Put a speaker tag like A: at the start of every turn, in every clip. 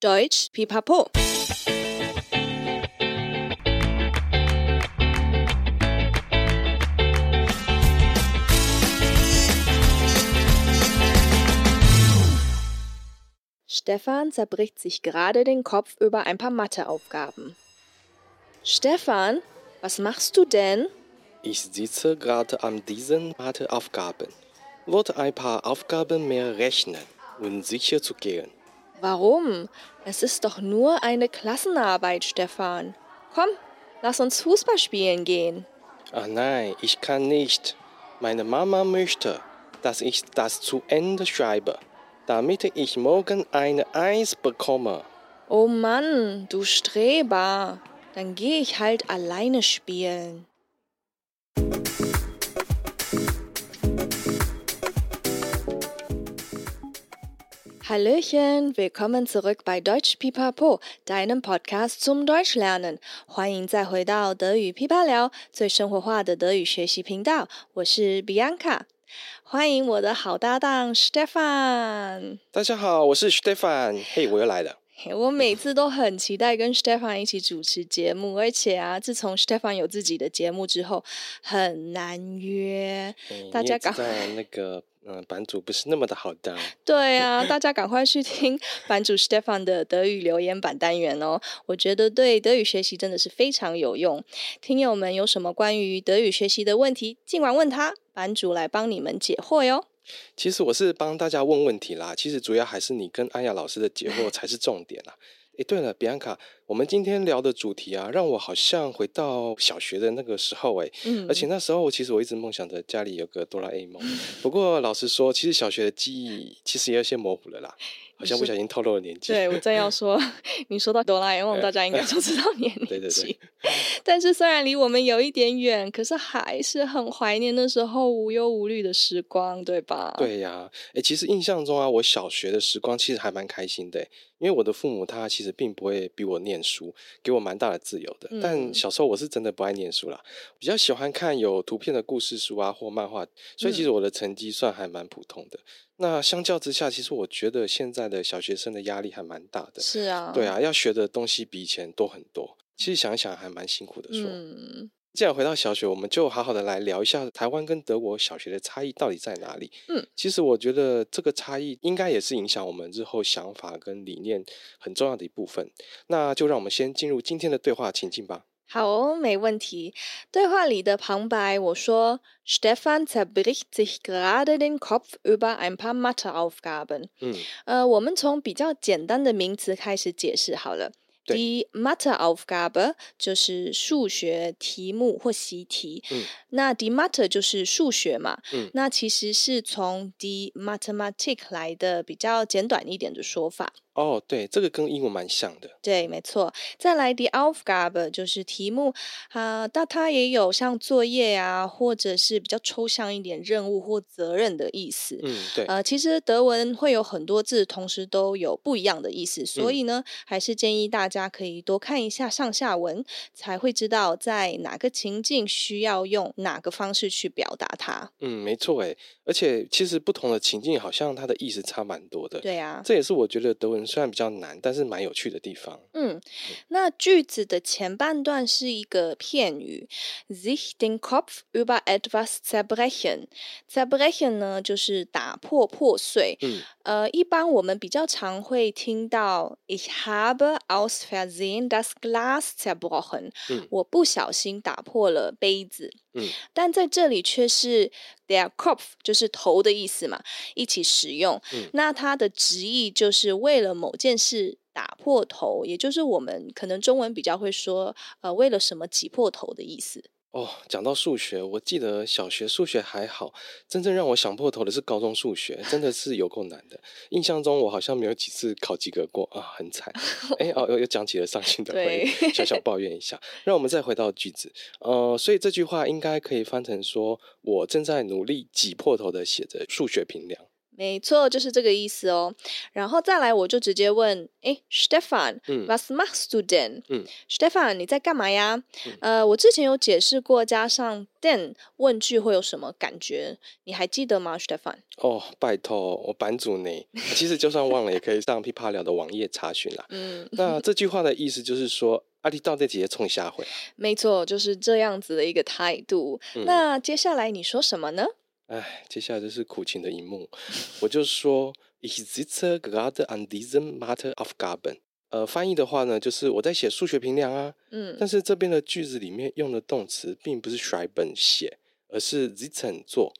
A: Deutsch Pipapo. Stefan zerbricht sich gerade den Kopf über ein paar Matheaufgaben. Stefan, was machst du denn?
B: Ich sitze gerade an diesen Matheaufgaben. Wollte ein paar Aufgaben mehr rechnen, um sicher zu gehen.
A: Warum? Es ist doch nur eine Klassenarbeit, Stefan. Komm, lass uns Fußball spielen gehen.
B: Ah nein, ich kann nicht. Meine Mama möchte, dass ich das zu Ende schreibe, damit ich morgen eine Eins bekomme.
A: Oh Mann, du Streber. Dann gehe ich halt alleine spielen. Hallöchen, willkommen zurück bei Deutsch Pipapo, deinem Podcast zum Deutschlernen. 欢迎再回到德语噼啪聊，最生活化的德语学习频道。我是 Bianca，欢迎我的好搭档 Stefan。
B: 大家好，我是 Stefan。嘿，我又来了。
A: 嘿我每次都很期待跟 Stefan 一起主持节目，而且啊，自从 Stefan 有自己的节目之后，很难约。
B: 嗯
A: 大
B: 你
A: 家
B: 也知
A: 赶
B: 道那个嗯，版主不是那么的好当。
A: 对啊，大家赶快去听版主 Stefan 的德语留言板单元哦，我觉得对德语学习真的是非常有用。听友们有什么关于德语学习的问题，尽管问他，版主来帮你们解惑哟。
B: 其实我是帮大家问问题啦，其实主要还是你跟安雅老师的解惑才是重点啦。诶，对了，比安卡，我们今天聊的主题啊，让我好像回到小学的那个时候诶，
A: 嗯
B: 而且那时候其实我一直梦想着家里有个哆啦 A 梦，不过老实说，其实小学的记忆其实也有些模糊 了啦，好像不小心透露了年纪。
A: 对，我正 要说，你说到哆啦 A 梦，
B: 呃
A: 大家应该都知道你的
B: 对
A: 年
B: 对对嗯
A: 纪。 但是虽然离我们有一点远，可是还是很怀念那时候无忧无虑的时光，对吧？，
B: 对呀，诶，其实印象中啊，我小学的时光其实还蛮开心的诶，因为我的父母他其实并不会逼我念书，给我蛮大的自由的。
A: 嗯
B: 但小时候我是真的不爱念书啦，比较喜欢看有图片的故事书啊或漫画，所
A: 嗯
B: 以其实我的成绩算还蛮普通的。那相较之下，其实我觉得现在的小学生的压力还蛮大的。
A: 是啊，
B: 对，啊，要学的东西比以前多很多。其实想一想还蛮辛苦的说。
A: 嗯。
B: 既然回到小学，我们就好好的来聊一下台湾跟德国小学的差异到底在哪里。
A: 嗯，
B: 其实我觉得这个差异应该也是影响我们日后想法跟理念很重要的一部分。那就让我们先进入今天的对话情境吧。
A: 好哦，没问题。对话里的旁白，我说：“Stefan zerbricht sich gerade den Kopf über ein paar Matheaufgaben。
B: 嗯，”
A: 呃，我们从比较简单的名词开始解释好了。
B: 对
A: 第 Matheaufgabe 就是数学题目或习题。
B: 嗯
A: 那 die Mathe 就是数学嘛。
B: 嗯
A: 那其实是从 die Mathematik 来的比较简短一点的说法。
B: 哦，对，这个跟英文蛮像的。
A: 对，没错。再来，die Aufgabe 就是题目啊，那、它也有像作业啊，或者是比较抽象一点任务或责任的意思。
B: 嗯，对，
A: 呃，其实德文会有很多字，同时都有不一样的意思，所
B: 嗯
A: 以呢，还是建议大家可以多看一下上下文，才会知道在哪个情境需要用哪个方式去表达它。
B: 嗯，没错，诶，而且其实不同的情境好像它的意思差蛮多的。
A: 对啊，
B: 这也是我觉得德文虽然比较难，但是蛮有趣的地方。
A: 嗯，那句子的前半段是一个片语，sich den Kopf über etwas zerbrechen。zerbrechen 呢，就是打破、破碎。
B: 嗯，
A: 呃，一般我们比较常会听到，ich habe aus Versehen das Glas zerbrochen。
B: 嗯
A: 我不小心打破了杯子。
B: 嗯，
A: 但在这里却是 der Kopf，就是头的意思嘛，一起使用。
B: 嗯
A: 那它的直译就是为了某件事。打破头，也就是我们可能中文比较会说，呃，为了什么挤破头的意思。
B: 哦，讲到数学，我记得小学数学还好，真正让我想破头的是高中数学，真的是有够难的。印象中我好像没有几次考及格过啊，很惨。哎，哦，又又讲起了伤心的回忆，小小抱怨一下。让我们再回到句子，呃，所以这句话应该可以翻成说：我正在努力挤破头的写着数学评量。
A: 没错，就是这个意思哦。然后再来，我就直接问，诶 s t e f a n
B: 嗯
A: w a s machst du denn？
B: 嗯
A: s t e f a n 你在干嘛呀？
B: 嗯
A: 呃，我之前有解释过，加上 denn 问句会有什么感觉，你还记得吗 s t e f a n
B: 哦，拜托，我版主呢？其实就算忘了，也可以上噼啪聊的网页查询 啦。
A: 嗯，
B: 那这句话的意思就是说，阿弟到底直接冲下回。
A: 没错，就是这样子的一个态度。
B: 嗯
A: 那接下来你说什么呢？
B: 唉，接下来就是苦情的一幕。我就说，Ich sitze gerade an diesem Mathe Aufgaben。呃，翻译的话呢，就是我在写数学评量啊，
A: 嗯
B: 但是这边的句子里面用的动词并不是 schreiben 写，而是 sitzen 做。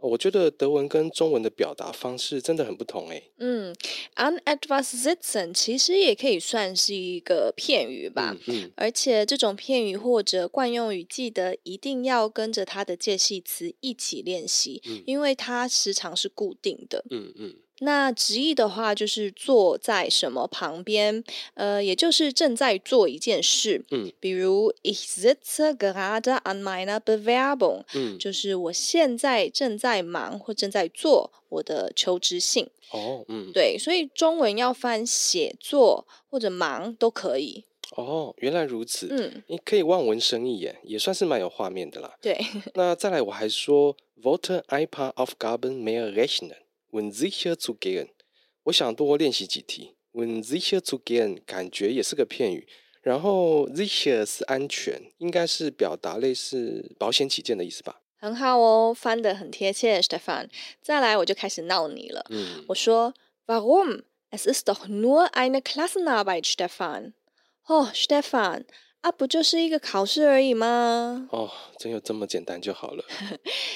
B: 呃我觉得德文跟中文的表达方式真的很不同诶、
A: 嗯，an etwas sitzen 其实也可以算是一个片语吧。
B: 嗯嗯
A: 而且这种片语或者惯用语，记得一定要跟着它的介系词一起练习，
B: 嗯
A: 因为它时常是固定的。
B: 嗯嗯，
A: 那直译的话就是坐在什么旁边，呃，也就是正在做一件事。
B: 嗯，
A: 比如 Ich sitze gerade an meiner Bewerbung，
B: 嗯
A: 就是我现在正在忙或正在做我的求职信。
B: 哦，嗯，
A: 对，所以中文要翻写作或者忙都可以。
B: 哦，原来如此。
A: 嗯，
B: 你可以望文生义耶，也算是蛮有画面的啦。
A: 对。
B: 那再来，我还说 Voter ein paar Aufgaben mehr rechnen, wenn sicher zu gehen。我想多练习几题。When sicher zu gehen，感觉也是个片语。然后 sicher 是安全，应该是表达类似保险起见的意思吧？
A: 很好哦，翻得很贴切，Stefan。再来，我就开始闹你了。
B: 嗯
A: 我说，Warum? Es ist doch nur eine Klassenarbeit, Stefan. 哦，Stefan，啊，不就是一个考试而已吗？
B: 哦，真有这么简单就好了。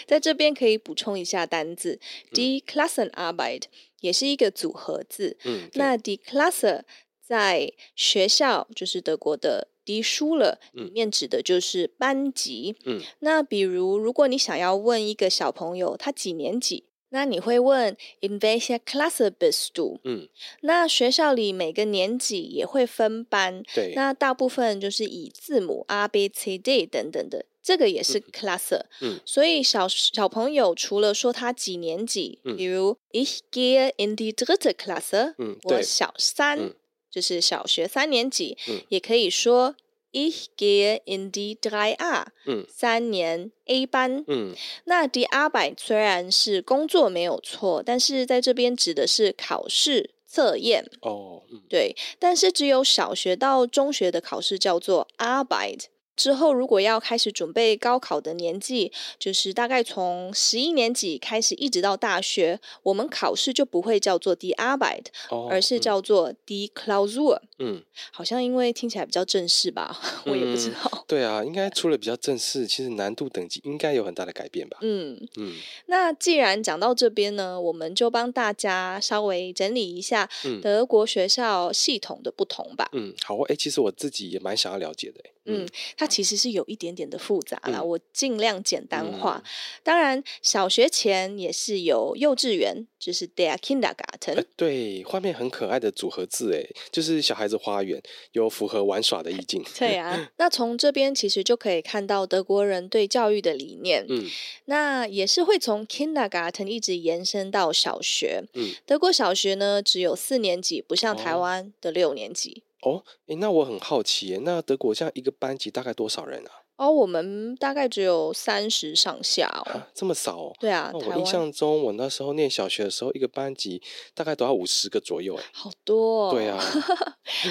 A: 在这边可以补充一下单字，die Klassenarbeit 也是一个组合字。
B: 嗯，对
A: 那 die Klasse 在学校就是德国的 die Schule 里面指的就是班级。
B: 嗯，
A: 那比如如果你想要问一个小朋友他几年级，那你会问 In welcher Klasse bist du？
B: 嗯，
A: 那学校里每个年级也会分班，
B: 对，
A: 那大部分就是以字母 A、B、C、D 等等的，这个也是 class。
B: 嗯
A: 所以小小朋友除了说他几年级，
B: 嗯
A: 比如 Ich gehe in die dritte Klasse，、
B: 嗯
A: 我
B: 对
A: 小三、
B: 嗯
A: 就是小学三年级，
B: 嗯
A: 也可以说 Ich gehe in die drei A，
B: 嗯
A: 三年 A 班。
B: 嗯
A: 那 die Arbeit 虽然是工作没有错，但是在这边指的是考试测验。
B: 哦，嗯
A: 对，但是只有小学到中学的考试叫做 Arbeit。之后，如果要开始准备高考的年纪，就是大概从十一年级开始，一直到大学，我们考试就不会叫做 die Arbeit，、
B: 哦，
A: 而是
B: 嗯
A: 叫做 die Klausur。
B: 嗯，
A: 好像因为听起来比较正式吧，我也不知
B: 嗯
A: 道。
B: 对啊，应该除了比较正式，其实难度等级应该有很大的改变吧？
A: 嗯，
B: 嗯
A: 那既然讲到这边呢，我们就帮大家稍微整理一下
B: 嗯
A: 德国学校系统的不同吧。
B: 嗯，好哦，哎、其实我自己也蛮想要了解的欸、
A: 嗯，它其实是有一点点的复杂啦，
B: 嗯
A: 我尽量简单化。
B: 嗯
A: 当然，小学前也是有幼稚园，就是 der Kindergarten。
B: 呃对，画面很可爱的组合字，哎，就是小孩子花园，有符合玩耍的意境。
A: 对啊，那从这边其实就可以看到德国人对教育的理念，
B: 嗯
A: 那也是会从 kindergarten 一直延伸到小学。
B: 嗯，
A: 德国小学呢只有四年级，不像台
B: 哦
A: 湾的六年级。
B: 哦，哎、那我很好奇耶，那德国像一个班级大概多少人啊？
A: 哦，我们大概只有三十上下哦。
B: 啊，这么少哦。
A: 对啊，
B: 那
A: 台
B: 我印
A: 湾
B: 象中，我那时候念小学的时候，一个班级大概都要五十个左右，哎，
A: 好多、哦。
B: 对啊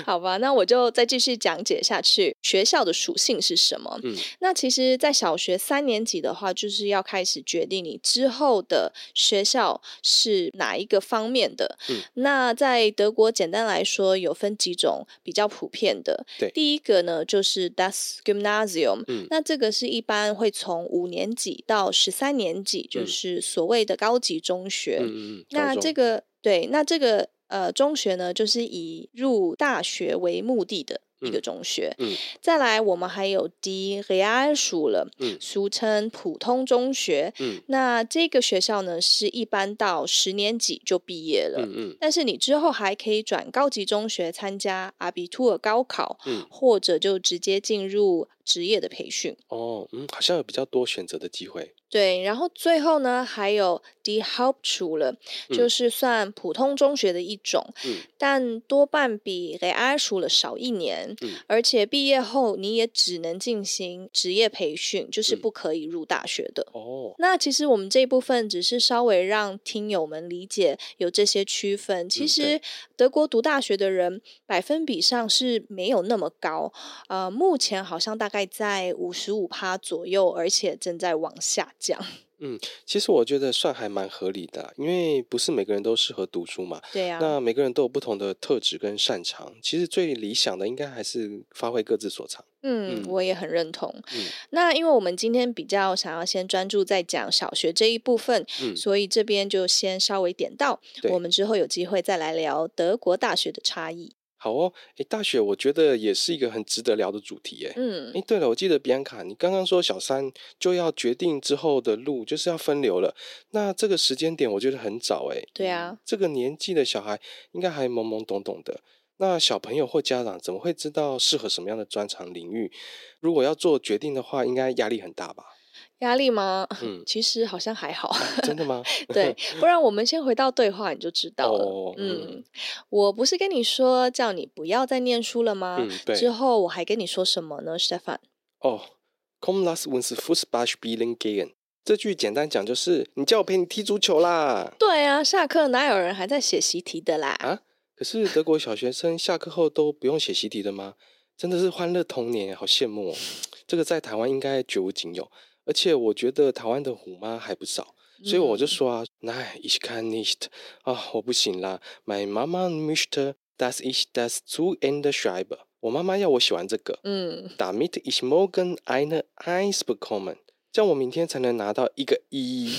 A: 好吧，那我就再继续讲解下去。学校的属性是什么？
B: 嗯
A: 那其实，在小学三年级的话，就是要开始决定你之后的学校是哪一个方面的。
B: 嗯
A: 那在德国，简单来说，有分几种比较普遍的。
B: 对
A: 第一个呢，就是 das Gymnasium，、
B: 嗯
A: 那这个是一般会从五年级到十三年级，就
B: 嗯
A: 是所谓的高级中学。
B: 嗯嗯嗯。
A: 那这
B: 个
A: 个对，那这个呃中学呢，就是以入大学为目的的一个
B: 嗯
A: 中学。
B: 嗯
A: 再来，我们还有 D Real 属了，
B: 嗯
A: 俗称普通中学。
B: 嗯
A: 那这个学校呢，是一般到十年级就毕业了。
B: 嗯嗯
A: 但是你之后还可以转高级中学参加阿比图尔高考，
B: 嗯
A: 或者就直接进入职业的培训。
B: 哦，嗯，好像有比较多选择的机会。
A: 对，然后最后呢，还有 d h o p 除了就是算普通中学的一种，
B: 嗯
A: 但多半比 r e a 除了少一年，
B: 嗯
A: 而且毕业后你也只能进行职业培训，就是
B: 嗯
A: 不可以入大学的。
B: 哦，
A: 那其实我们这一部分只是稍微让听友们理解有这些区分。其
B: 嗯
A: 实德国读大学的人百分比上是没有那么高，呃，目前好像大概在五十五趴左右，而且正在往下降。
B: 其实我觉得算还蛮合理的啊，因为不是每个人都适合读书嘛。
A: 对啊呀、
B: 那每个人都有不同的特质跟擅长，其实最理想的应该还是发挥各自所长。
A: 嗯，
B: 嗯
A: 我也很认同。
B: 嗯
A: 那因为我们今天比较想要先专注在讲小学这一部分，
B: 嗯
A: 所以这边就先稍微点到，
B: 对
A: 我们之后有机会再来聊德国大学的差异。
B: 好哦，诶，大学我觉得也是一个很值得聊的主题耶。
A: 嗯，
B: 诶，对了，我记得比安卡，你刚刚说小三就要决定之后的路，就是要分流了。那这个时间点我觉得很早诶，
A: 对啊，
B: 这个年纪的小孩应该还懵懵懂懂的。那小朋友或家长怎么会知道适合什么样的专长领域？如果要做决定的话，应该压力很大吧？
A: 压力吗？
B: 嗯
A: 其实好像还 好。
B: 真的吗？
A: 对，不然我们先回 到对话，你就知道了。
B: 哦
A: 嗯
B: 嗯，
A: 我不是跟你说叫你不要再念书了吗？
B: 嗯，对。
A: 之后我还跟你说什么呢，Stefan？
B: 哦，Kom lass uns Fußball spielen gehen。这句简单讲就是，你叫我陪你踢足球啦。
A: 对啊，下课哪有人还在写习题的啦？
B: 啊，可是德国小学生下课后都不用写习题的吗？真的是欢乐童年，好羡慕哦。 这个在台湾应该绝无仅有，而且我觉得台湾的虎妈还不少。所以
A: 嗯
B: 我就说啊，那 ich kann nicht 啊，我不行啦。My Mama möchte, dass ich das zu Ende schreibe。我妈妈要我写完这个。
A: 嗯，
B: damit ich morgen eine Eins bekommen，这样我明天才能拿到一个 一。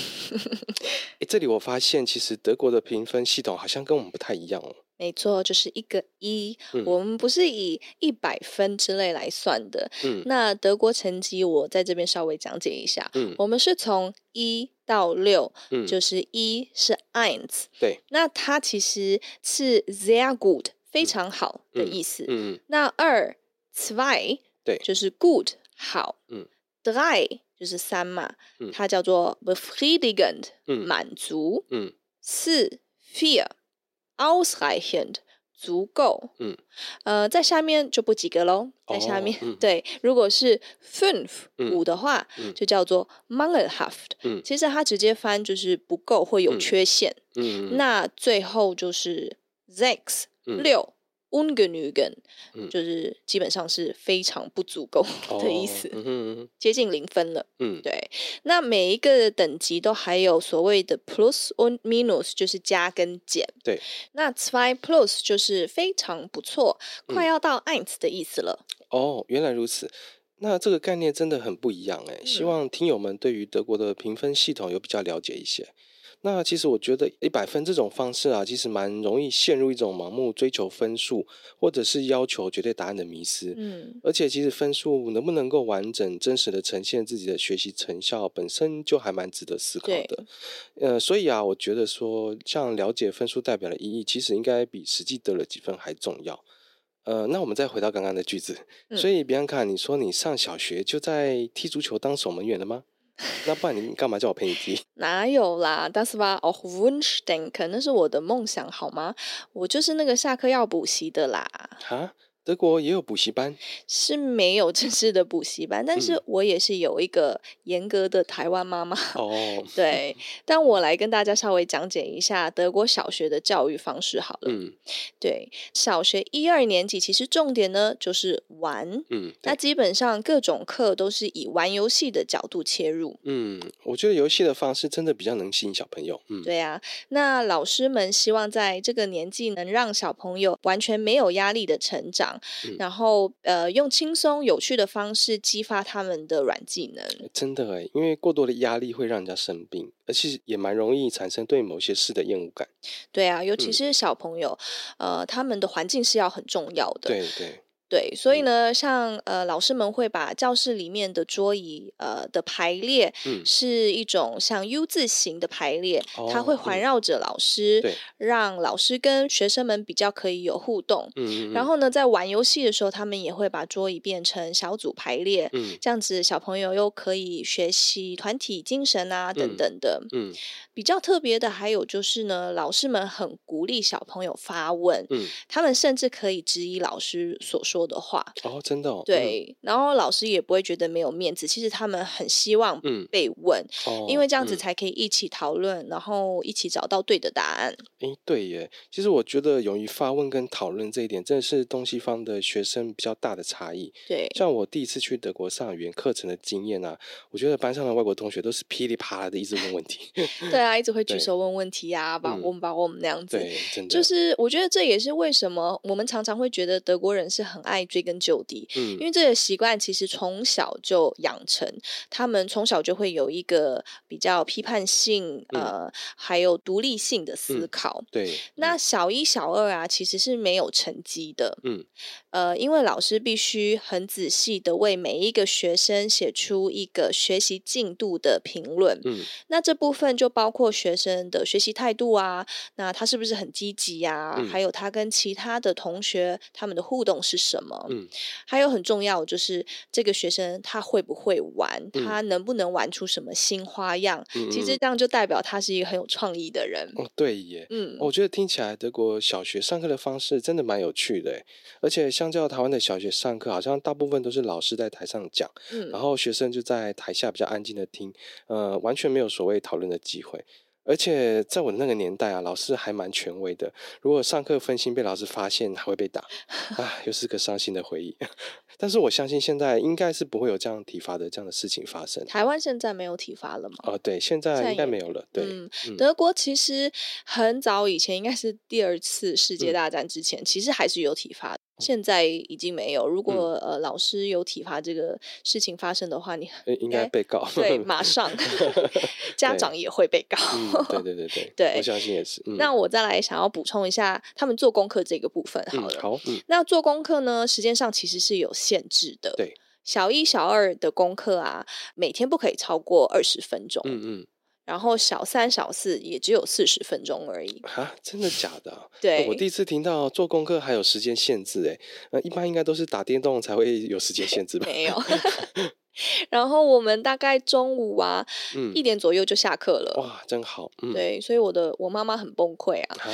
B: 诶这里我发现其实德国的评分系统好像跟我们不太一样哦。
A: 没错，就是一个一、
B: 嗯
A: 我们不是以一百分之类来算的。
B: 嗯
A: 那德国成绩，我在这边稍微讲解一下。
B: 嗯
A: 我们是从一到六、
B: 嗯，
A: 就是一是 eins，
B: 对，
A: 那它其实是 sehr good，非常好的意思。
B: 嗯嗯嗯
A: 那二 zwei，
B: 对
A: 就是 good 好，
B: 嗯
A: ，drei 就是三嘛，
B: 嗯
A: 它叫做 befriedigend，、
B: 嗯
A: 满足，
B: 嗯
A: 四 fear ausreichend 足够，
B: 嗯，
A: 呃，在下面就不及格喽，在下
B: 哦
A: 面、
B: 嗯
A: 对，如果是 fünf
B: 嗯
A: 五的话，
B: 嗯
A: 就叫做 mangelhaft，
B: 嗯
A: 其实它直接翻就是不够或有
B: 嗯
A: 缺陷，
B: 嗯，
A: 那最后就是 sechs
B: 嗯
A: 六。ungenügen
B: 嗯
A: 就是基本上是非常不足够 的意思，
B: 嗯嗯
A: 接近零分了。
B: 嗯嗯
A: 对，那每一个等级都还有所谓的 plus or minus，就是加跟减。
B: 对，
A: 那 zwei plus 就是非常不错，快要到 eins 的意思了。
B: 哦，原来如此。那这个概念真的很不一样哎，希
A: 嗯
B: 望听友们对于德国的评分系统有比较了解一些。那其实我觉得一百分这种方式啊，其实蛮容易陷入一种盲目追求分数，或者是要求绝对答案的迷失。
A: 嗯
B: 而且，其实分数能不能够完整、真实的呈现自己的学习成效，本身就还蛮值得思考
A: 对
B: 的。呃，所以啊，我觉得说，像了解分数代表的意义，其实应该比实际得了几分还重要。呃，那我们再回到刚刚的句子，
A: 嗯
B: 所以比安卡，你说你上小学就在踢足球当守门员了吗？那不然你干嘛叫我陪你 踢？
A: 哪有啦？Das war auch Wunschdenken，那是我的梦想好吗？我就是那个下课要补习的啦，
B: 啊，德国也有补习班
A: 是没有正式的补习班，但是我也是有一个严格的台湾妈 妈。
B: 哦。
A: 对，但我来跟大家稍微讲解一下德国小学的教育方式好了。
B: 嗯
A: 对，小学一二年级其实重点呢就是玩，
B: 嗯，对
A: 那基本上各种课都是以玩游戏的角度切入。
B: 嗯，我觉得游戏的方式真的比较能吸引小朋友。嗯，
A: 对啊，那老师们希望在这个年纪能让小朋友完全没有压力的成长，
B: 嗯
A: 然后呃用轻松有趣的方式激发他们的软技能。
B: 真的欸诶，因为过多的压力会让人家生病，而且也蛮容易产生对某些事的厌恶感。
A: 对啊，尤其
B: 嗯
A: 是小朋友，呃，他们的环境是要很重要的。
B: 对对，嗯
A: 对，所以呢，像呃，老师们会把教室里面的桌椅呃的排列
B: 嗯
A: 是一种像 U 字形的排列，它
B: 哦
A: 会环
B: 嗯
A: 绕着老师，
B: 对
A: 让老师跟学生们比较可以有互动。
B: 嗯，嗯
A: 然
B: 嗯
A: 后呢，在玩游戏的时候，他们也会把桌椅变成小组排列，
B: 嗯
A: 这样子小朋友又可以学习团体精神啊等
B: 嗯
A: 等的。
B: 嗯
A: 比较特别的还有就是呢，老师们很鼓励小朋友发问，
B: 嗯，
A: 他们甚至可以质疑老师所说的话。
B: 哦，真的、哦，
A: 对，然后老师也不会觉得没有面子，其实他们很希望
B: 嗯，
A: 被问，
B: 嗯，哦，
A: 因为这样子
B: 嗯
A: 才可以一起讨论，然后一起找到对的答案。
B: 嗯诶，对耶，其实我觉得勇于发问跟讨论这一点，真的是东西方的学生比较大的差异。
A: 对，
B: 像我第一次去德国上语言课程的经验啊，我觉得班上的外国同学都是噼里啪啦的一直问问 题。
A: 对啊，一直会举
B: 对
A: 手问问题啊，把
B: 嗯
A: 我们把我们那样子。
B: 对，真的，
A: 就是我觉得这也是为什么我们常常会觉得德国人是很爱追根究底，
B: 嗯
A: 因为这个习惯其实从小就养成，他们从小就会有一个比较批判性、
B: 嗯
A: 呃，还有独立性的思
B: 嗯
A: 考。
B: 对，
A: 那
B: 嗯
A: 小一、小二啊，其实是没有成绩的。
B: 嗯，
A: 呃，因为老师必须很仔细的为每一个学生写出一个学习进度的评论。
B: 嗯
A: 那这部分就包括学生的学习态度啊，那他是不是很积极啊？
B: 嗯
A: 还有他跟其他的同学他们的互动是什么？
B: 嗯
A: 还有很重要就是这个学生他会不会玩，
B: 嗯
A: 他能不能玩出什么新花样？
B: 嗯，
A: 其实
B: 嗯
A: 这样就代表他是一个很有创意的人。
B: 哦，对耶。
A: 嗯，
B: 我觉得听起来德国小学上课的方式真的蛮有趣的耶，而且相较台湾的小学上课，好像大部分都是老师在台上讲，
A: 嗯
B: 然后学生就在台下比较安静的听，呃，完全没有所谓讨论的机会。而且在我的那个年代啊，老师还蛮权威的，如果上课分心被老师发现，还会被打， 啊，又是个伤心的回忆。 但是我相信现在应该是不会有这样体罚的这样的事情发生。
A: 台湾现在没有体罚了吗？
B: 啊、对，现
A: 哦现
B: 在
A: 在
B: 应该
A: 也
B: 没有了。对，
A: 嗯
B: 嗯，
A: 德国其实很早以前，应该是第二次世
B: 嗯
A: 界大战之前，其实还是有体罚的，
B: 哦
A: 现在已经没
B: 嗯
A: 有。如果、呃老师有体罚这个事情发生的话， 你
B: 呃应该
A: 该
B: 被告。
A: 对马上家
B: 对
A: 长也会被告。
B: 嗯，对对对对，
A: 对
B: 我相信也是。嗯，
A: 那我再来想要补充一下他们做功课这个部分好
B: 嗯
A: 了。
B: 好，嗯
A: 那做功课呢，时间上其实是有限制的。
B: 对。
A: 小一、小二的功课啊，每天不可以超过二十分钟，
B: 嗯嗯，
A: 然后小三、小四也只有四十分钟而已。
B: 啊，真的假的啊、
A: 对，
B: 我第一次听到做功课还有时间限制，哎，那一般应该都是打电动才会有时间限制吧？
A: 没有。 然后我们大概中午啊
B: 嗯
A: 一，点左右就下课了。
B: 哇，真好，嗯，
A: 对，所以我的我妈妈很崩溃 啊，
B: 啊，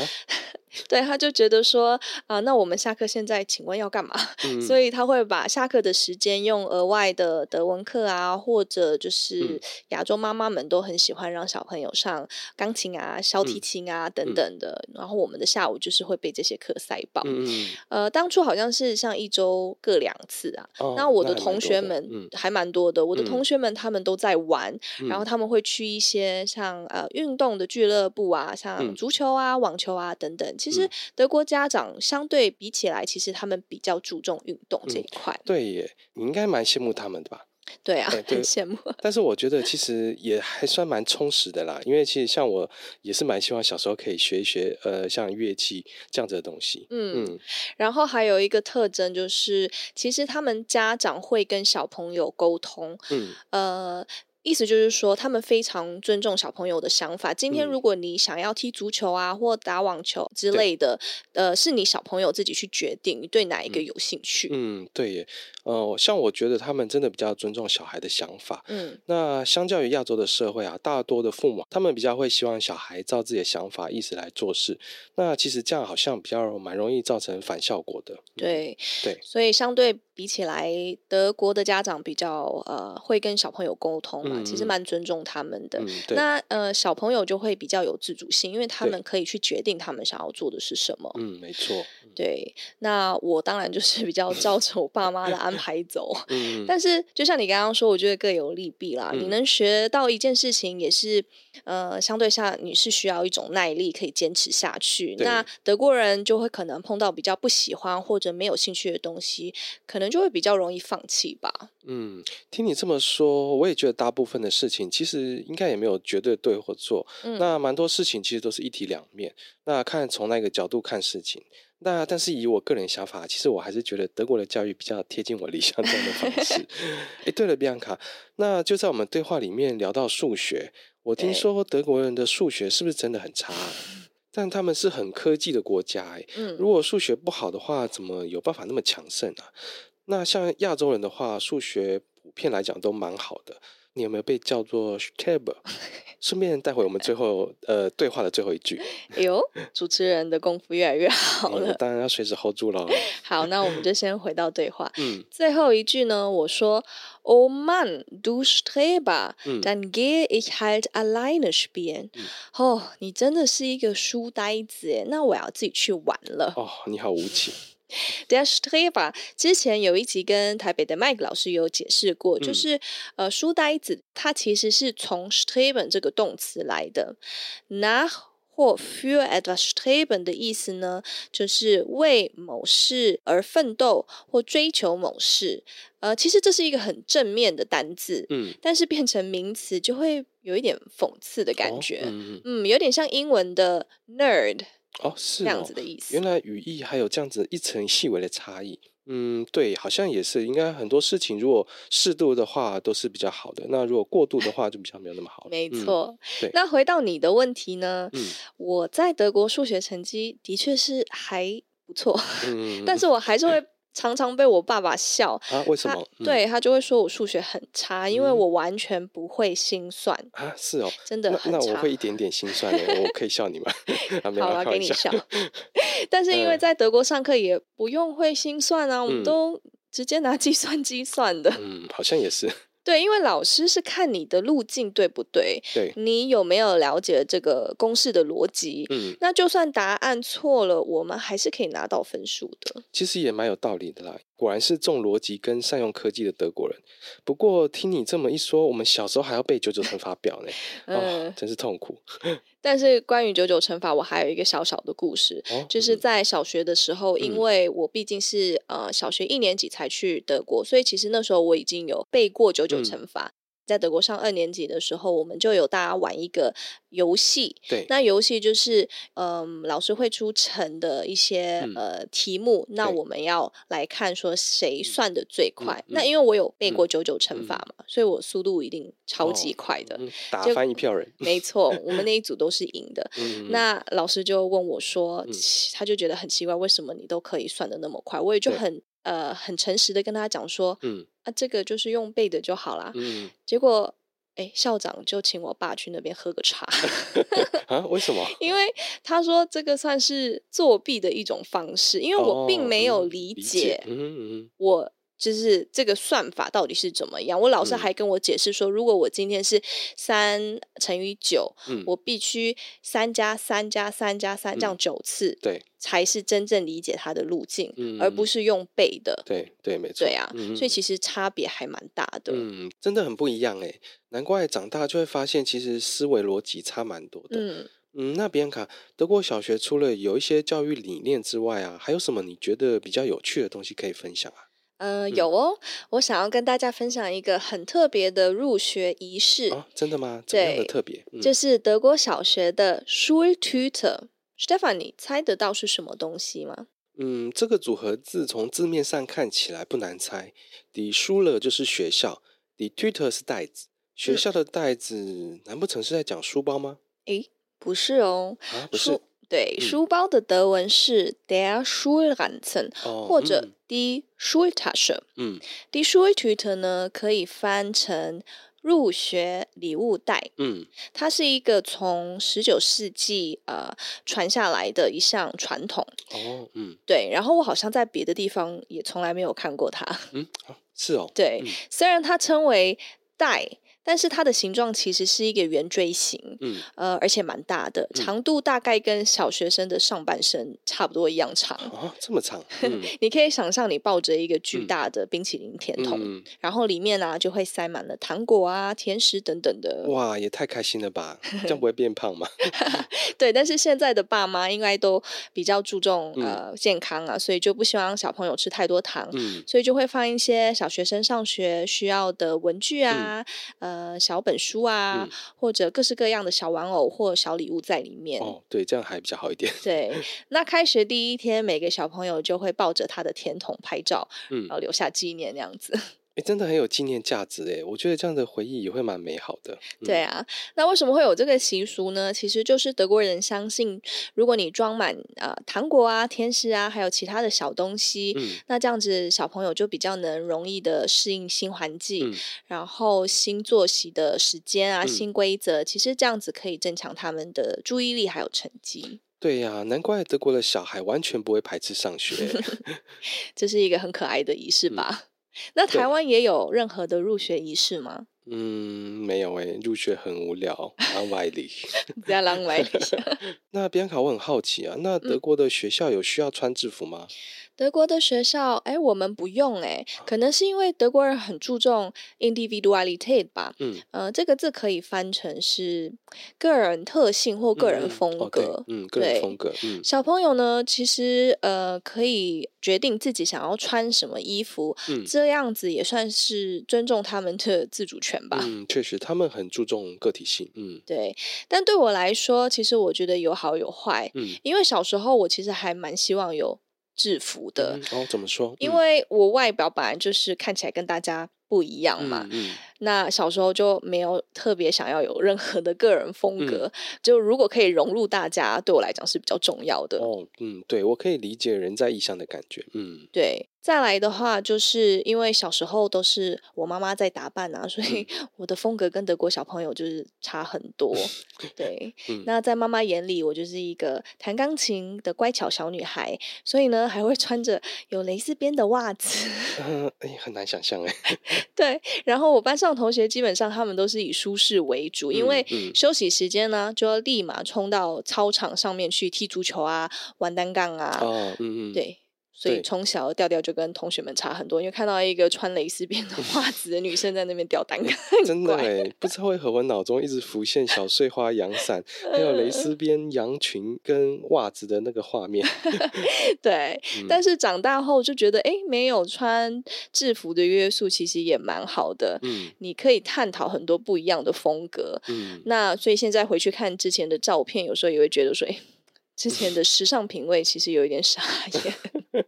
A: 对，她就觉得说啊、那我们下课现在请问要干嘛？
B: 嗯，
A: 所
B: 以
A: 以她会把下课的时间用额外的德文课啊，或者就是
B: 嗯
A: 亚洲妈妈们都很喜欢让小朋友上钢琴啊、小提
B: 嗯
A: 琴啊等
B: 嗯
A: 等的。然后我们的下午就是会被这些课塞爆。
B: 嗯嗯，
A: 呃，当初好像是像一周各两次啊，
B: 哦
A: 那我的
B: 还蛮
A: 同
B: 多
A: 学
B: 的
A: 们
B: 嗯，
A: 还蛮多的，我的
B: 嗯
A: 同学们他们都在玩，然后
B: 嗯
A: 他们会去一些像呃运动的俱乐部啊，像
B: 嗯
A: 足球啊、网球啊等等。其实
B: 嗯
A: 德国家长相对比起来，其实他们比较注重运动这
B: 嗯
A: 一块。
B: 对耶，你应该蛮羡慕他们的吧？
A: 对啊，
B: 哎对
A: 很羡慕。
B: 但是我觉得其实也还算蛮充实的啦，因为其实像我也是蛮希望小时候可以学一学，呃，像乐器这样子的东西。
A: 嗯，
B: 嗯
A: 然后还有一个特征就是，其实他们家长会跟小朋友沟通，
B: 嗯
A: 呃。意思就是说，他们非常尊重小朋友的想法。今天
B: 嗯
A: 如果你想要踢足球啊，或打网球之
B: 对
A: 类的，呃，是你小朋友自己去决定你对哪一个有兴趣。
B: 嗯，对耶，呃，像我觉得他们真的比较尊重小孩的想法。
A: 嗯
B: 那相较于亚洲的社会啊，大多的父母他们比较会希望小孩照自己的想法、意识来做事。那其实这样好像比较蛮容易造成反效果的。嗯，
A: 对
B: 对
A: 所以相对比起来，德国的家长比较呃会跟小朋友沟通嘛，其实
B: 嗯嗯
A: 蛮尊重他们的。
B: 嗯，对，
A: 那呃，小朋友就会比较有自主性，因为他
B: 对
A: 们可以去决定他们想要做的是什么。
B: 嗯，没错，
A: 对，那我当然就是比较照着我爸妈的安排走。
B: 嗯，
A: 但是，就像你刚刚说，我觉得各有利弊啦。你
B: 嗯
A: 能学到一件事情，也是呃，相对下你是需要一种耐力，可以坚持下去。
B: 对
A: 那德国人就会可能碰到比较不喜欢或者没有兴趣的东西，可能就会比较容易放弃吧。
B: 嗯，听你这么说，我也觉得大部分的事情其实应该也没有绝对对或错，
A: 嗯
B: 那蛮多事情其实都是一体两面，那看从那个角度看事情。那但是以我个人想法，其实我还是觉得德国的教育比较贴近我理想中的方 式。哎，对了，比安卡，那就在我们对话里面聊到数学，我听
A: 对
B: 说德国人的数学是不是真的很差、啊？但他们是很科技的国家、欸诶
A: 嗯，
B: 如果数学不好的话，怎么有办法那么强盛啊？那像亚洲人的话，数学普遍来讲都蛮好的。你有没有被叫做 s t e b 顺便带回我们最后呃对话的最后一句。
A: 哎呦，主持人的功夫越来越 好
B: 嗯我
A: 了。
B: 当然要随时 hold 住了。
A: 好，那我们 就先回到对话。
B: 嗯
A: 最后一句呢，我说：“Oh Mann, du Streber,
B: 嗯
A: dann gehe ich halt alleine spielen。”哦，你真的是一个书呆子耶！那我要自己去玩了。
B: 哦，你好无情。
A: Der Streber 之前有一集跟台北的麦克老师有解释过，就
B: 嗯
A: 是呃书呆子，它其实是从 streben 这个动词来的。nach 或 für etwas streben 的意思呢，就是为某事而奋斗或追求某事。呃，其实这是一个很正面的单字，
B: 嗯，
A: 但是变成名词就会有一点讽刺的感
B: 哦
A: 觉。
B: 嗯嗯，
A: 嗯，有点像英文的 nerd
B: 哦是
A: 那样
B: 哦
A: 子，的意思。
B: 原来语义还有这样子一层细微的差异。嗯，对，好像也是，应该很多事情如果适度的话都是比较好的，那如果过度的话就比较没有那么好了。
A: 没
B: 嗯，
A: 错、
B: 对
A: 那回到你的问题呢？
B: 嗯
A: 我在德国数学成绩的确是还不错，
B: 嗯，
A: 但是
B: 是
A: 我还是会常常被我爸爸笑。
B: 啊，为什
A: 他
B: 么？嗯
A: 对他就会说我数学很差，因为
B: 嗯
A: 我完全不会心算，
B: 啊，是哦，
A: 真的
B: 那
A: 很
B: 那我
A: 差
B: 会。一点点心酸的，我可以笑你吗？ 啊，没有
A: 好
B: 啦，
A: 了，
B: 开
A: 给
B: 玩
A: 你
B: 笑。
A: 笑。 但是因为
B: 嗯
A: 在德国上课也不用会心算啊，我们
B: 嗯
A: 都直接拿计算机算的。
B: 嗯，好像也是。
A: 对，因为老师是看你的路径对不对，
B: 对，
A: 你有没有了解这个公式的逻辑，
B: 嗯，
A: 那就算答案错了，我们还是可以拿到分数的。
B: 其实也蛮有道理的啦。果然是重逻辑跟善用科技的德国人。不过听你这么一说，我们小时候还要背九九乘法表 呢，哦
A: 嗯，，
B: 真是痛苦。
A: 但是关于九九乘法，我还有一个小小的故事。
B: 哦，
A: 就是
B: 嗯
A: 在小学的时候，因
B: 嗯
A: 为我毕竟是呃小学一年级才去德国，所以其实那时候我已经有背过九九
B: 嗯
A: 乘法。在德国上二年级的时候，我们就有大家玩一个游戏，
B: 对，
A: 那游戏就是，嗯，老师会出成的一些、
B: 嗯
A: 呃题目，那
B: 对
A: 我们要来看说谁算的最快。
B: 嗯
A: 那
B: 嗯
A: 因为我有背过
B: 嗯
A: 九九乘法嘛，所以我速度一定超级
B: 哦
A: 快的。
B: 嗯打
A: 就
B: 翻一票人。
A: 没错，我们那一组都是赢的。
B: 嗯，
A: 那老师就问我说，
B: 嗯
A: 奇他就觉得很奇怪，为什么你都可以算的那么快？我也就
B: 对
A: 很呃很诚实的跟他讲说，
B: 嗯
A: 啊，这个就是用背的就好啦。
B: 嗯
A: 结果，哎，校长就请我爸去那边喝个茶。
B: 啊，为什么？
A: 因为他说这个算是作弊的一种方式，因为我并
B: 哦
A: 没有
B: 嗯
A: 理
B: 解
A: 解，
B: 嗯嗯
A: 我就是这个算法到底是怎么样。我老师
B: 嗯
A: 还跟我解释说，如果我今天是三乘以九，
B: 嗯，
A: 我必须三加三加三加三这样
B: 嗯
A: 九次，
B: 对
A: 才是真正理解它的路径，
B: 嗯
A: 而不是用背的。
B: 对对，没错。
A: 对啊，
B: 嗯
A: 所以
B: 嗯
A: 其实差别还蛮大的。
B: 嗯，真的很不一样哎，难怪长大就会发现，其实思维逻辑差蛮多的。
A: 嗯
B: 嗯，那比安卡，德国小学除了有一些教育理念之外啊，还有什么你觉得比较有趣的东西可以分享啊？
A: 呃，有哦，我想要跟大家分享一个很特别的入学仪式。
B: 啊，真的吗？怎么样的
A: 对
B: 特别？嗯
A: 这是德国小学的 Schultüte。Stefan，你猜得到是什么东西吗？
B: 嗯，这个组合字从字面上看起来不难猜，die Schule 就是学校，die Tüte 是袋子，学
A: 嗯
B: 校的袋子，难不成是在讲书包吗？
A: 不是哦，
B: 啊，不是
A: 书对、
B: 嗯
A: 书包的德文是 der Schulranzen，、
B: 哦，
A: 或者
B: 嗯
A: die Schultasche。
B: 嗯
A: die Schultüte 呢，可以翻成入学礼物袋。
B: 嗯
A: 它是一个从十九世纪呃传下来的一项传统。
B: 哦嗯
A: 对，然后我好像在别的地方也从来没有看过它。
B: 嗯、啊，是哦，
A: 对，
B: 嗯
A: 虽然它称为带，但是它的形状其实是一个圆锥形，
B: 嗯
A: 呃，而且蛮大的，长度大概跟小学生的上半身差不多一样长。
B: 啊，这么长，嗯
A: 你可以想象，你抱着一个巨
B: 嗯
A: 大的冰淇淋甜筒，
B: 嗯，
A: 然后里面呢、啊就会塞满了糖果啊、甜食等等的。
B: 哇，也太开心了吧，这样不会变 胖吗？
A: 对，但是现在的爸妈应该都比较注重、
B: 嗯
A: 呃健康啊，所以就不希望小朋友吃太多糖，
B: 嗯
A: 所以就会放一些小学生上学需要的文具啊，呃小本书啊，
B: 嗯
A: 或者各式各样的小玩偶或小礼物在里面。
B: 哦，对，这样还比较好一点。
A: 对，那开学第一天，每个小朋友就会抱着他的甜筒拍照，
B: 嗯
A: 然，后留下纪念那样子。
B: 哎，真的很有纪念价值哎，我觉得这样的回忆也会蛮美好的。嗯
A: 对，啊，那为什么会有这个习俗呢？其实就是德国人相信，如果你装满呃糖果啊、甜食啊，还有其他的小东西，
B: 嗯
A: 那这样子小朋友就比较能容易的适应新环境，
B: 嗯
A: 然后新作息的时间啊、
B: 嗯
A: 新规则，其实这样子可以增强他们的注意力还有成绩，
B: 对呀、难怪德国的小孩完全不会排斥上学。
A: 这是一个很可爱的仪式
B: 嗯
A: 吧？ 那
B: 对
A: 台湾也有任何的入学仪式吗？
B: 嗯，没有哎，入学很无聊，安外里。
A: 不要浪费。
B: 那边卡，我很好奇啊，那
A: 嗯
B: 德国的学校有需要穿制服吗？
A: 德国的学校，哎，我们不用哎，可能是因为德国人很注重 individuality 吧。
B: 嗯，
A: 呃，这个字可以翻成是个人特性或个
B: 嗯
A: 人
B: 嗯
A: 风
B: 哦对
A: 格。
B: 嗯，个人
A: 对
B: 风格，嗯
A: 小朋友呢，其实呃可以决定自己想要穿什么衣服，
B: 嗯
A: 这样子也算是尊重他们的自主权吧。
B: 嗯，确实，他们很注重个体性，嗯
A: 对，但对我来说，其实我觉得有好有坏，
B: 嗯
A: 因为小时候我其实还蛮希望有制服的，
B: 嗯，哦，怎么说？
A: 因
B: 嗯
A: 为我外表本来就是看起来跟大家不一样嘛，
B: 嗯嗯
A: 那小时候就没有特别想要有任何的个人
B: 嗯
A: 风格，就如果可以融入大家，对我来讲是比较重要的。
B: 哦，嗯，对，我可以理解人在异乡的感觉，嗯
A: 对，再来的话，就是因为小时候都是我妈妈在打扮啊，所以
B: 嗯
A: 我的风格跟德国小朋友就是差很 多。对，
B: 嗯
A: 那在妈妈眼里，我就是一个弹钢琴的乖巧小女孩，所以呢，还会穿着有蕾丝边的袜子。
B: 嗯，哎，很难想象哎，
A: 对，然后我班上同学基本上他们都是以舒适为主，因
B: 嗯
A: 为
B: 嗯
A: 休息时间呢，就要立马冲到操场上面去踢足球啊、玩单杠啊，
B: 哦，嗯嗯，
A: 对。所以
B: 对
A: 从小的调调就跟同学们差很多，因为看到一个穿蕾丝边的
B: 嗯
A: 袜子的女生在那边吊 单杠，
B: 真的
A: 怪
B: 哎，不知道为何我脑中一直浮现小碎花阳 伞，还有蕾
A: 呃
B: 丝边羊群跟袜子的那个画面。
A: 对。
B: 嗯
A: 但是长大后就觉得，哎，没有穿制服的约束，其实也蛮好的。
B: 嗯
A: 你可以探讨很多不一样的风格，
B: 嗯，
A: 那所以现在回去看之前的照片，有时候也会觉得说，哎、之前的时尚品味其实有一点 傻眼。
B: 嗯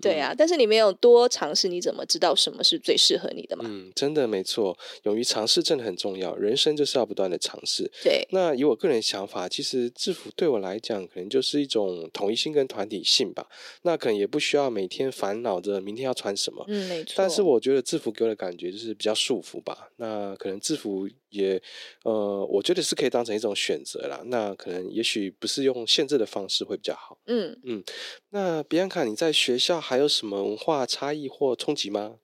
A: 对啊，但是你没有多尝试，你怎么知道什么是最适合你的嘛？
B: 嗯，真的没错，勇于尝试真的很重要，人生就是要不断的尝试。
A: 对，
B: 那以我个人想法，其实制服对我来讲，可能就是一种统一性跟团体性吧。那可能也不需要每天烦恼着明天要穿什么。
A: 嗯，没错。
B: 但是我觉得制服给我的感觉就是比较束缚吧。那可能制服也，呃，我觉得是可以当成一种选择啦。那可能也许不是用限制的方式会比较好。
A: 嗯，
B: 那比安卡，你在学校还有什么文化差异或冲击吗？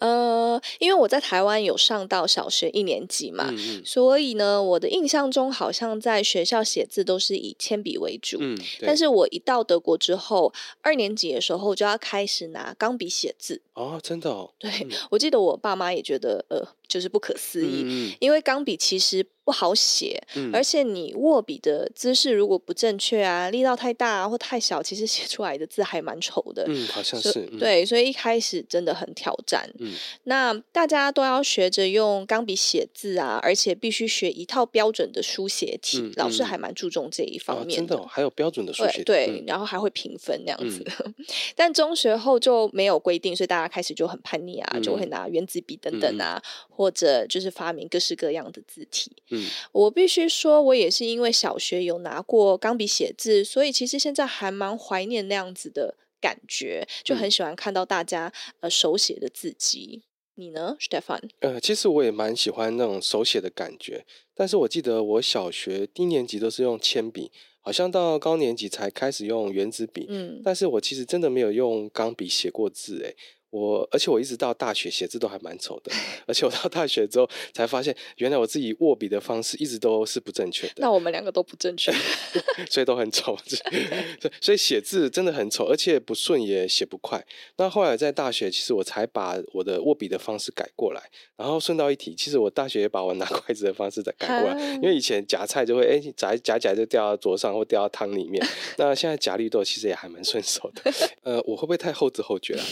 A: 呃，因为我在台湾有上到小学一年级嘛。
B: 嗯嗯
A: 所以呢，我的印象中好像在学校写字都是以铅笔为主，
B: 嗯，
A: 但
B: 对
A: 是我一到德国之后，二年级的时候就要开始拿钢笔写字。
B: 哦，真的哦，
A: 对、
B: 嗯
A: 我记得我爸妈也觉得呃，就是不可思议，
B: 嗯
A: 因为钢笔其实不好写，
B: 嗯，
A: 而且
B: 且
A: 你握笔的姿势如果不正确啊，力道太大、啊、或太小，其实写出来的字还蛮丑的。
B: 嗯，好像
A: 所
B: 是，嗯，
A: 对，所以一开始真的很挑战。
B: 嗯
A: 那大家都要学着用钢笔写字啊，而且必须学一套标准的书写体，
B: 嗯
A: 老师
B: 嗯
A: 还蛮注重这一
B: 哦
A: 方，面
B: 真的哦，还有标准的数学
A: 对
B: 题，
A: 对
B: 嗯，
A: 然后还会评分那样子。 但中学后就没有规定，所以大家开始就很叛逆啊，就会
B: 嗯
A: 拿原子笔等
B: 嗯
A: 等
B: 嗯
A: 啊，或者就是发明各式各样的字体。
B: 嗯
A: 我必须说，我也是因为小学有拿过钢笔写字，所以其实现在还蛮怀念那样子的感觉，就很
B: 嗯
A: 喜欢看到大家呃手写的字迹。你呢，Stefan？
B: 呃，其实我也蛮喜欢那种手写的感觉，但是我记得我小学低年级都是用铅笔，好像到高年级才开始用圆珠笔，
A: 嗯，
B: 但是我其实真的没有用钢笔写过字诶。我而且我一直到大学写字都还蛮丑的，而且我到大学之后才发现，原来我自己握笔的方式一直都是不正确的，
A: 那我们两个都不正确。
B: 所以都很丑。所以 所以写字真的很丑，而且不顺也写不快。那后来在大学，其实我才把我的握笔的方式改过来。然后顺道一提，其实我大学也把我拿筷子的方式再改 过来，啊因为以前夹菜就会哎夹一夹一夹就掉到桌上或掉到汤里面。那现在夹绿豆其实也还蛮顺手的。呃，我会不会太后知后觉了、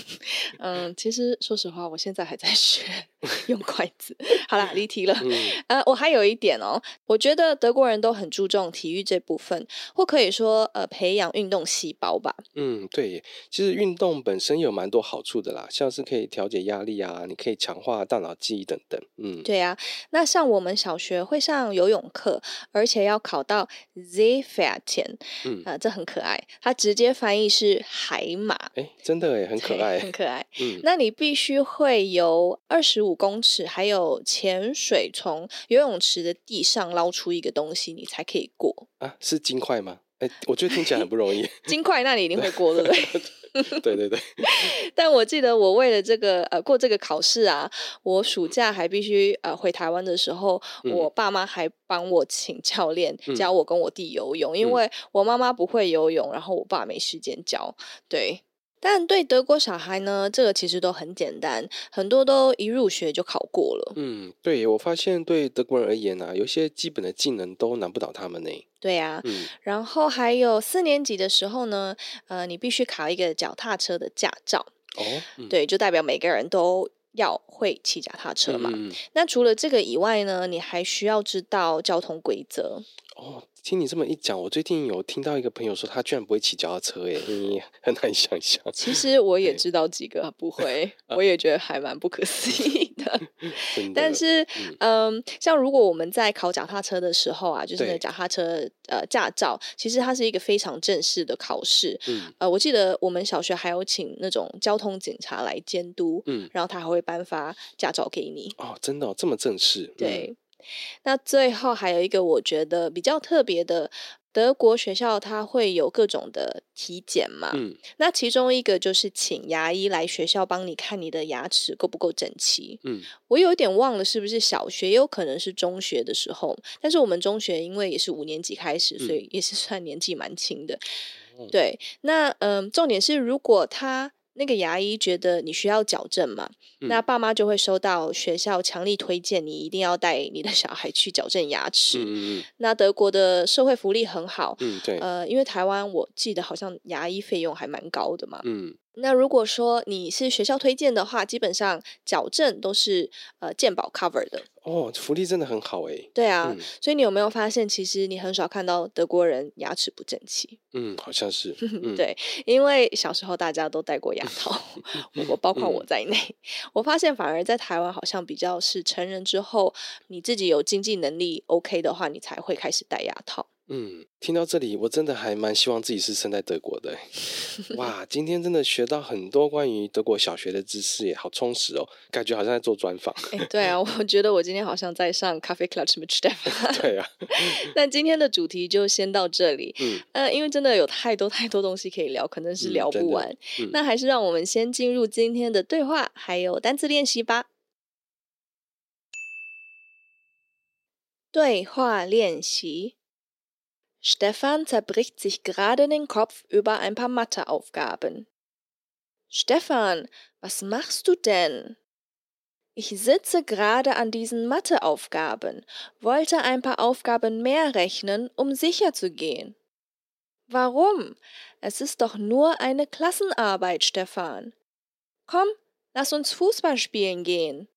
A: 嗯、嗯，其实说实话，我现在还在 学用筷子。好啦，离题了。
B: 嗯
A: 呃，我还有一点哦，我觉得德国人都很注重体育这部分，或可以说呃培养运动细胞吧。
B: 嗯，对耶，其实运动本身有蛮多好处的啦，像是可以调节压力啊，你可以强化大脑记忆等等。嗯，
A: 对呀、那像我们小学会上游泳课，而且要考到 Z f a t e n
B: 嗯
A: 啊、这很可爱，它直接翻译是海马，
B: 哎，真的哎，很可
A: 对
B: 爱
A: 很。可爱。
B: 嗯
A: 那你必须会游二十五公尺，还有潜水从游泳池的地上捞出一个东西，你才可以过。
B: 啊，是金块吗？哎，我觉得听起来很不 容易。
A: 金块那你一定会过，对不对？
B: 对对对，
A: 但我记得我为了这个呃过这个考试啊，我暑假还必须呃回台湾的时候，
B: 嗯
A: 我爸妈还帮我请教练
B: 嗯
A: 教我跟我弟游泳，因
B: 嗯
A: 为我妈妈不会游泳，然后我爸没时间教，对。但对德国小孩呢，这个其实都很简单，很多都一入学就考过了。
B: 嗯，对耶，我发现对德国人而言啊，有一些基本的技能都难不倒他们呢。
A: 对啊呀、
B: 嗯
A: 然后还有四年级的时候呢，呃，你必须考一个脚踏车的驾照，
B: 哦，嗯，
A: 对，就代表每个人都要会骑脚踏车
B: 嗯，
A: 嘛。
B: 嗯嗯
A: 那除了这个以外呢，你还需要知道交通规 则。
B: 哦，听你这么一讲，我最近有听到一个朋友说，他居然不会骑脚踏车，哎， 你很难想象。
A: 其实我也
B: 对啊
A: 知道几个不会，我也觉得还蛮不可思议 的。
B: 真的
A: 但，是，嗯、像如果我们在考脚踏车的时候啊，就是那
B: 对
A: 个脚踏车呃驾照，其实它是一个非常正式的考试。
B: 嗯
A: 呃，我记得我们小学还有请那种交通警察来监督，
B: 嗯，
A: 然后他还会颁发驾照给你。
B: 哦，真的哦、这么正式，嗯
A: 对，那最后还有一个我觉得比较特别的，德国学校它会有各种的体检嘛，
B: 嗯
A: 那其中一个就是请牙医来学校帮你看你的牙齿够不够整齐。
B: 嗯
A: 我有一点忘了是不是小学，也有可能是中学的时候，但是我们中学因为也是五年级开始，所
B: 嗯
A: 以也是算年纪蛮轻的。
B: 哦
A: 对，那嗯、重点是如果他。那个牙医觉得你需要矫正嘛？那
B: 嗯
A: 爸妈就会收到学校强力推荐，你一定要带你的小孩去矫正牙齿。
B: 嗯嗯
A: 那德国的社会福利很好，
B: 嗯，对，
A: 呃，因为台湾我记得好像牙医费用还蛮高的嘛。
B: 嗯
A: 那如果说你是学校推荐的话，基本上矫正都是呃健保 cover 的。
B: 哦，福利真的很好哎，
A: 对啊，
B: 嗯
A: 所以你有没有发现，其实你很少看到德国人牙齿不整齐？
B: 嗯，好像是，嗯
A: 对，因为小时候大家都戴过牙套，我我包括
B: 嗯
A: 我在内，我发现反而在台湾好像比较是成人之后，你自己有经济能力 OK 的话，你才会开始戴牙套。
B: 嗯，听到这里，我真的还蛮希望自己是生在德国的欸。哇，今天真的学到很多关于德国小学的知识耶，好充实哦，感觉好像在做专访。
A: 哎，对啊，我觉得我今天好像在上 Coffee Clutch m i c h d
B: 对啊，
A: 那今天的主题就先到这里。
B: 嗯，
A: 呃，因为真的有太多太多东西可以聊，可能是
B: 嗯
A: 聊
B: 真
A: 不
B: 的
A: 完。
B: 嗯
A: 那还是让我们先进入今天的对话，还有单词练习吧。对话练习。Stefan zerbricht sich gerade den Kopf über ein paar Matheaufgaben. Stefan, was machst du denn? Ich sitze gerade an diesen Matheaufgaben, wollte ein paar Aufgaben mehr rechnen, um sicher zu gehen. Warum? Es ist doch nur eine Klassenarbeit, Stefan. Komm, lass uns Fußball spielen gehen.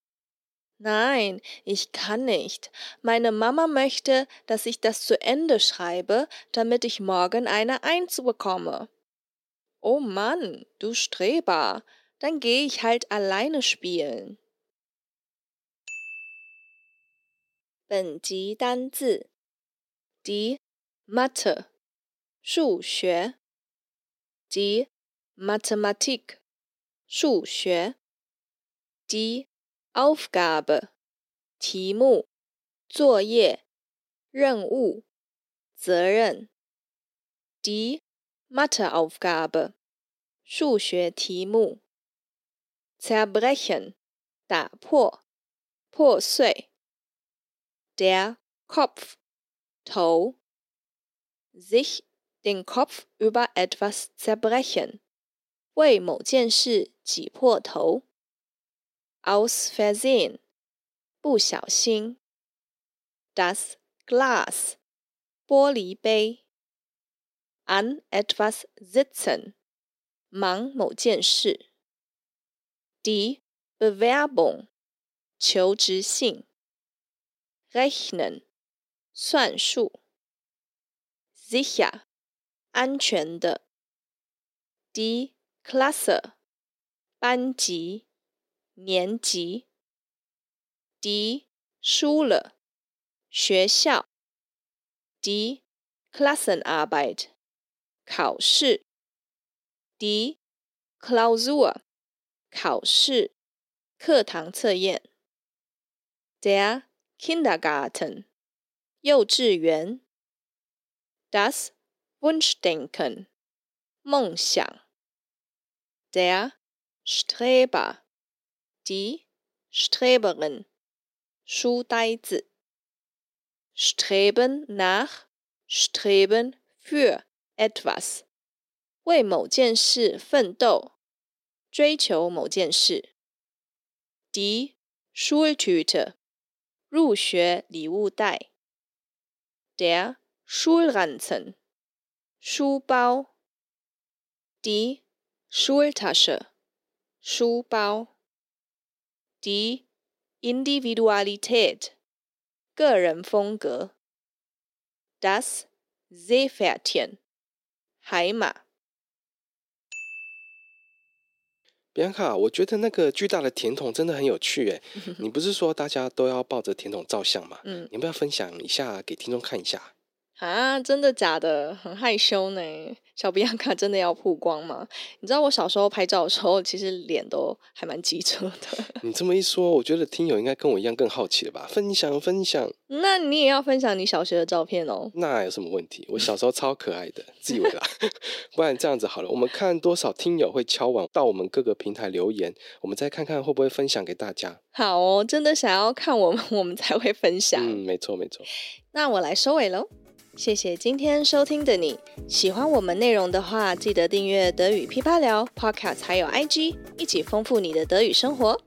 A: Nein, ich kann nicht. Meine Mama möchte, dass ich das zu Ende schreibe, damit ich morgen eine Eins bekomme. Oh Mann, du Streber. Dann gehe ich halt alleine spielen. 本集单字及 Mathe 数学及 Mathematik 数学及 Aufgabe 题目、作业、任务、责任及 Matheaufgabe 数学题目 zerbrechen 打破、破碎 der Kopf 头 sich den Kopf über etwas zerbrechen. 为某件事挤破头。aus Versehen，不小心。das Glas，玻璃杯。an etwas sitzen，忙某件事。 Die Bewerbung 求职信 Rechnen 算术 Sicher 安全的 Die Klasse 班级年级 Die Schule 学校 Die Klassenarbeit 考试 Die Klausur 考试、课堂测验。Der Kindergarten 幼稚园。Das Wunschdenken 梦想。Der Streber die Streberin 书呆子。Streben nach Streben für etwas 为某件事奋斗。追求某件事。Die Schultüte，入学礼物袋。Der Schulranzen，书包。Die Schultasche，书包。Die Individualität，个人风格。Das Seepferdchen，海马。
B: 比安卡，啊我觉得那个巨大的甜筒真的很有趣诶。你不是说大家都要抱着甜筒照相吗？
A: 嗯
B: 你要不要分享一下给听众看一下？
A: 啊，真的假的？很害羞呢。小比安卡真的要曝光吗？你知道我小时候拍照的时候，其实脸都还蛮机车的。
B: 你这么一说，我觉得听友应该跟我一样更好奇了吧？分享分享，
A: 那你也要分享你小学的照片哦。
B: 那有什么问题？我小时候超可爱的，自以为啦。 不然这样子好了，我们看多少听友会敲碗到我们各个平台留言，我们再看看会不会分享给大家。
A: 好哦，真的想要看我们， 我们才会分享。
B: 嗯，没错没错。
A: 那我来收尾喽。谢谢今天收听的你，喜欢我们内容的话，记得订阅德语噼啪聊 Podcast，还有 IG，一起丰富你的德语生活。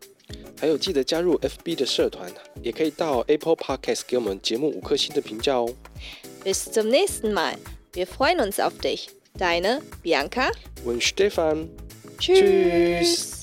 B: 还有记得加入 FB 的社团，也可以到 Apple Podcast 给我们节目五颗星的评价哦。
A: Bis zum nächsten Mal. Wir freuen uns auf dich. Deine Bianca.
B: When Stefan，
A: Tschüss.